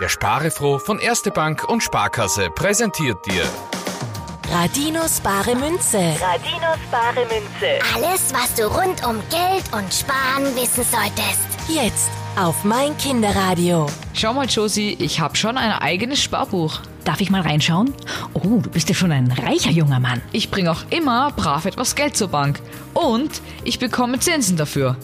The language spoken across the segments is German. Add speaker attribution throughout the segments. Speaker 1: Der Sparefroh von Erste Bank und Sparkasse präsentiert dir
Speaker 2: Radinos bare Münze.
Speaker 3: Radinos bare Münze.
Speaker 4: Alles, was du rund um Geld und Sparen wissen solltest.
Speaker 2: Jetzt auf mein Kinderradio.
Speaker 5: Schau mal, Josie, ich habe schon ein eigenes Sparbuch.
Speaker 6: Darf ich mal reinschauen? Oh, du bist ja schon ein reicher junger Mann.
Speaker 5: Ich bringe auch immer brav etwas Geld zur Bank. Und ich bekomme Zinsen dafür.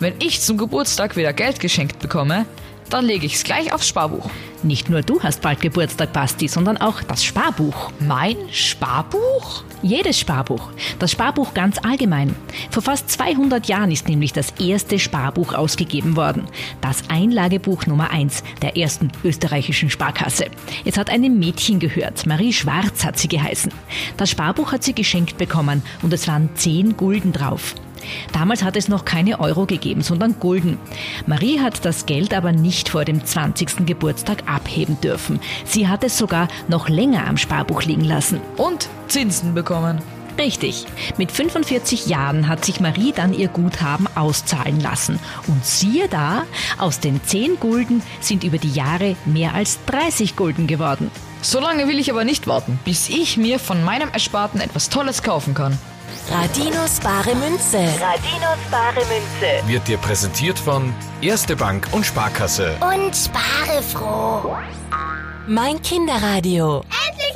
Speaker 5: Wenn ich zum Geburtstag wieder Geld geschenkt bekomme, dann lege ich es gleich aufs Sparbuch.
Speaker 6: Nicht nur du hast bald Geburtstag, Basti, sondern auch das Sparbuch.
Speaker 5: Mein Sparbuch?
Speaker 6: Jedes Sparbuch. Das Sparbuch ganz allgemein. Vor fast 200 Jahren ist nämlich das erste Sparbuch ausgegeben worden. Das Einlagebuch Nummer 1 der ersten österreichischen Sparkasse. Es hat einem Mädchen gehört. Marie Schwarz hat sie geheißen. Das Sparbuch hat sie geschenkt bekommen und es waren 10 Gulden drauf. Damals hat es noch keine Euro gegeben, sondern Gulden. Marie hat das Geld aber nicht vor dem 20. Geburtstag abheben dürfen. Sie hat es sogar noch länger am Sparbuch liegen lassen.
Speaker 5: Und Zinsen bekommen.
Speaker 6: Richtig. Mit 45 Jahren hat sich Marie dann ihr Guthaben auszahlen lassen. Und siehe da, aus den 10 Gulden sind über die Jahre mehr als 30 Gulden geworden.
Speaker 5: So lange will ich aber nicht warten, bis ich mir von meinem Ersparten etwas Tolles kaufen kann.
Speaker 2: Radinos bare Münze.
Speaker 3: Radinos bare Münze.
Speaker 1: wird dir präsentiert von Erste Bank und Sparkasse.
Speaker 4: Und spare froh.
Speaker 2: Mein Kinderradio.
Speaker 4: Endlich!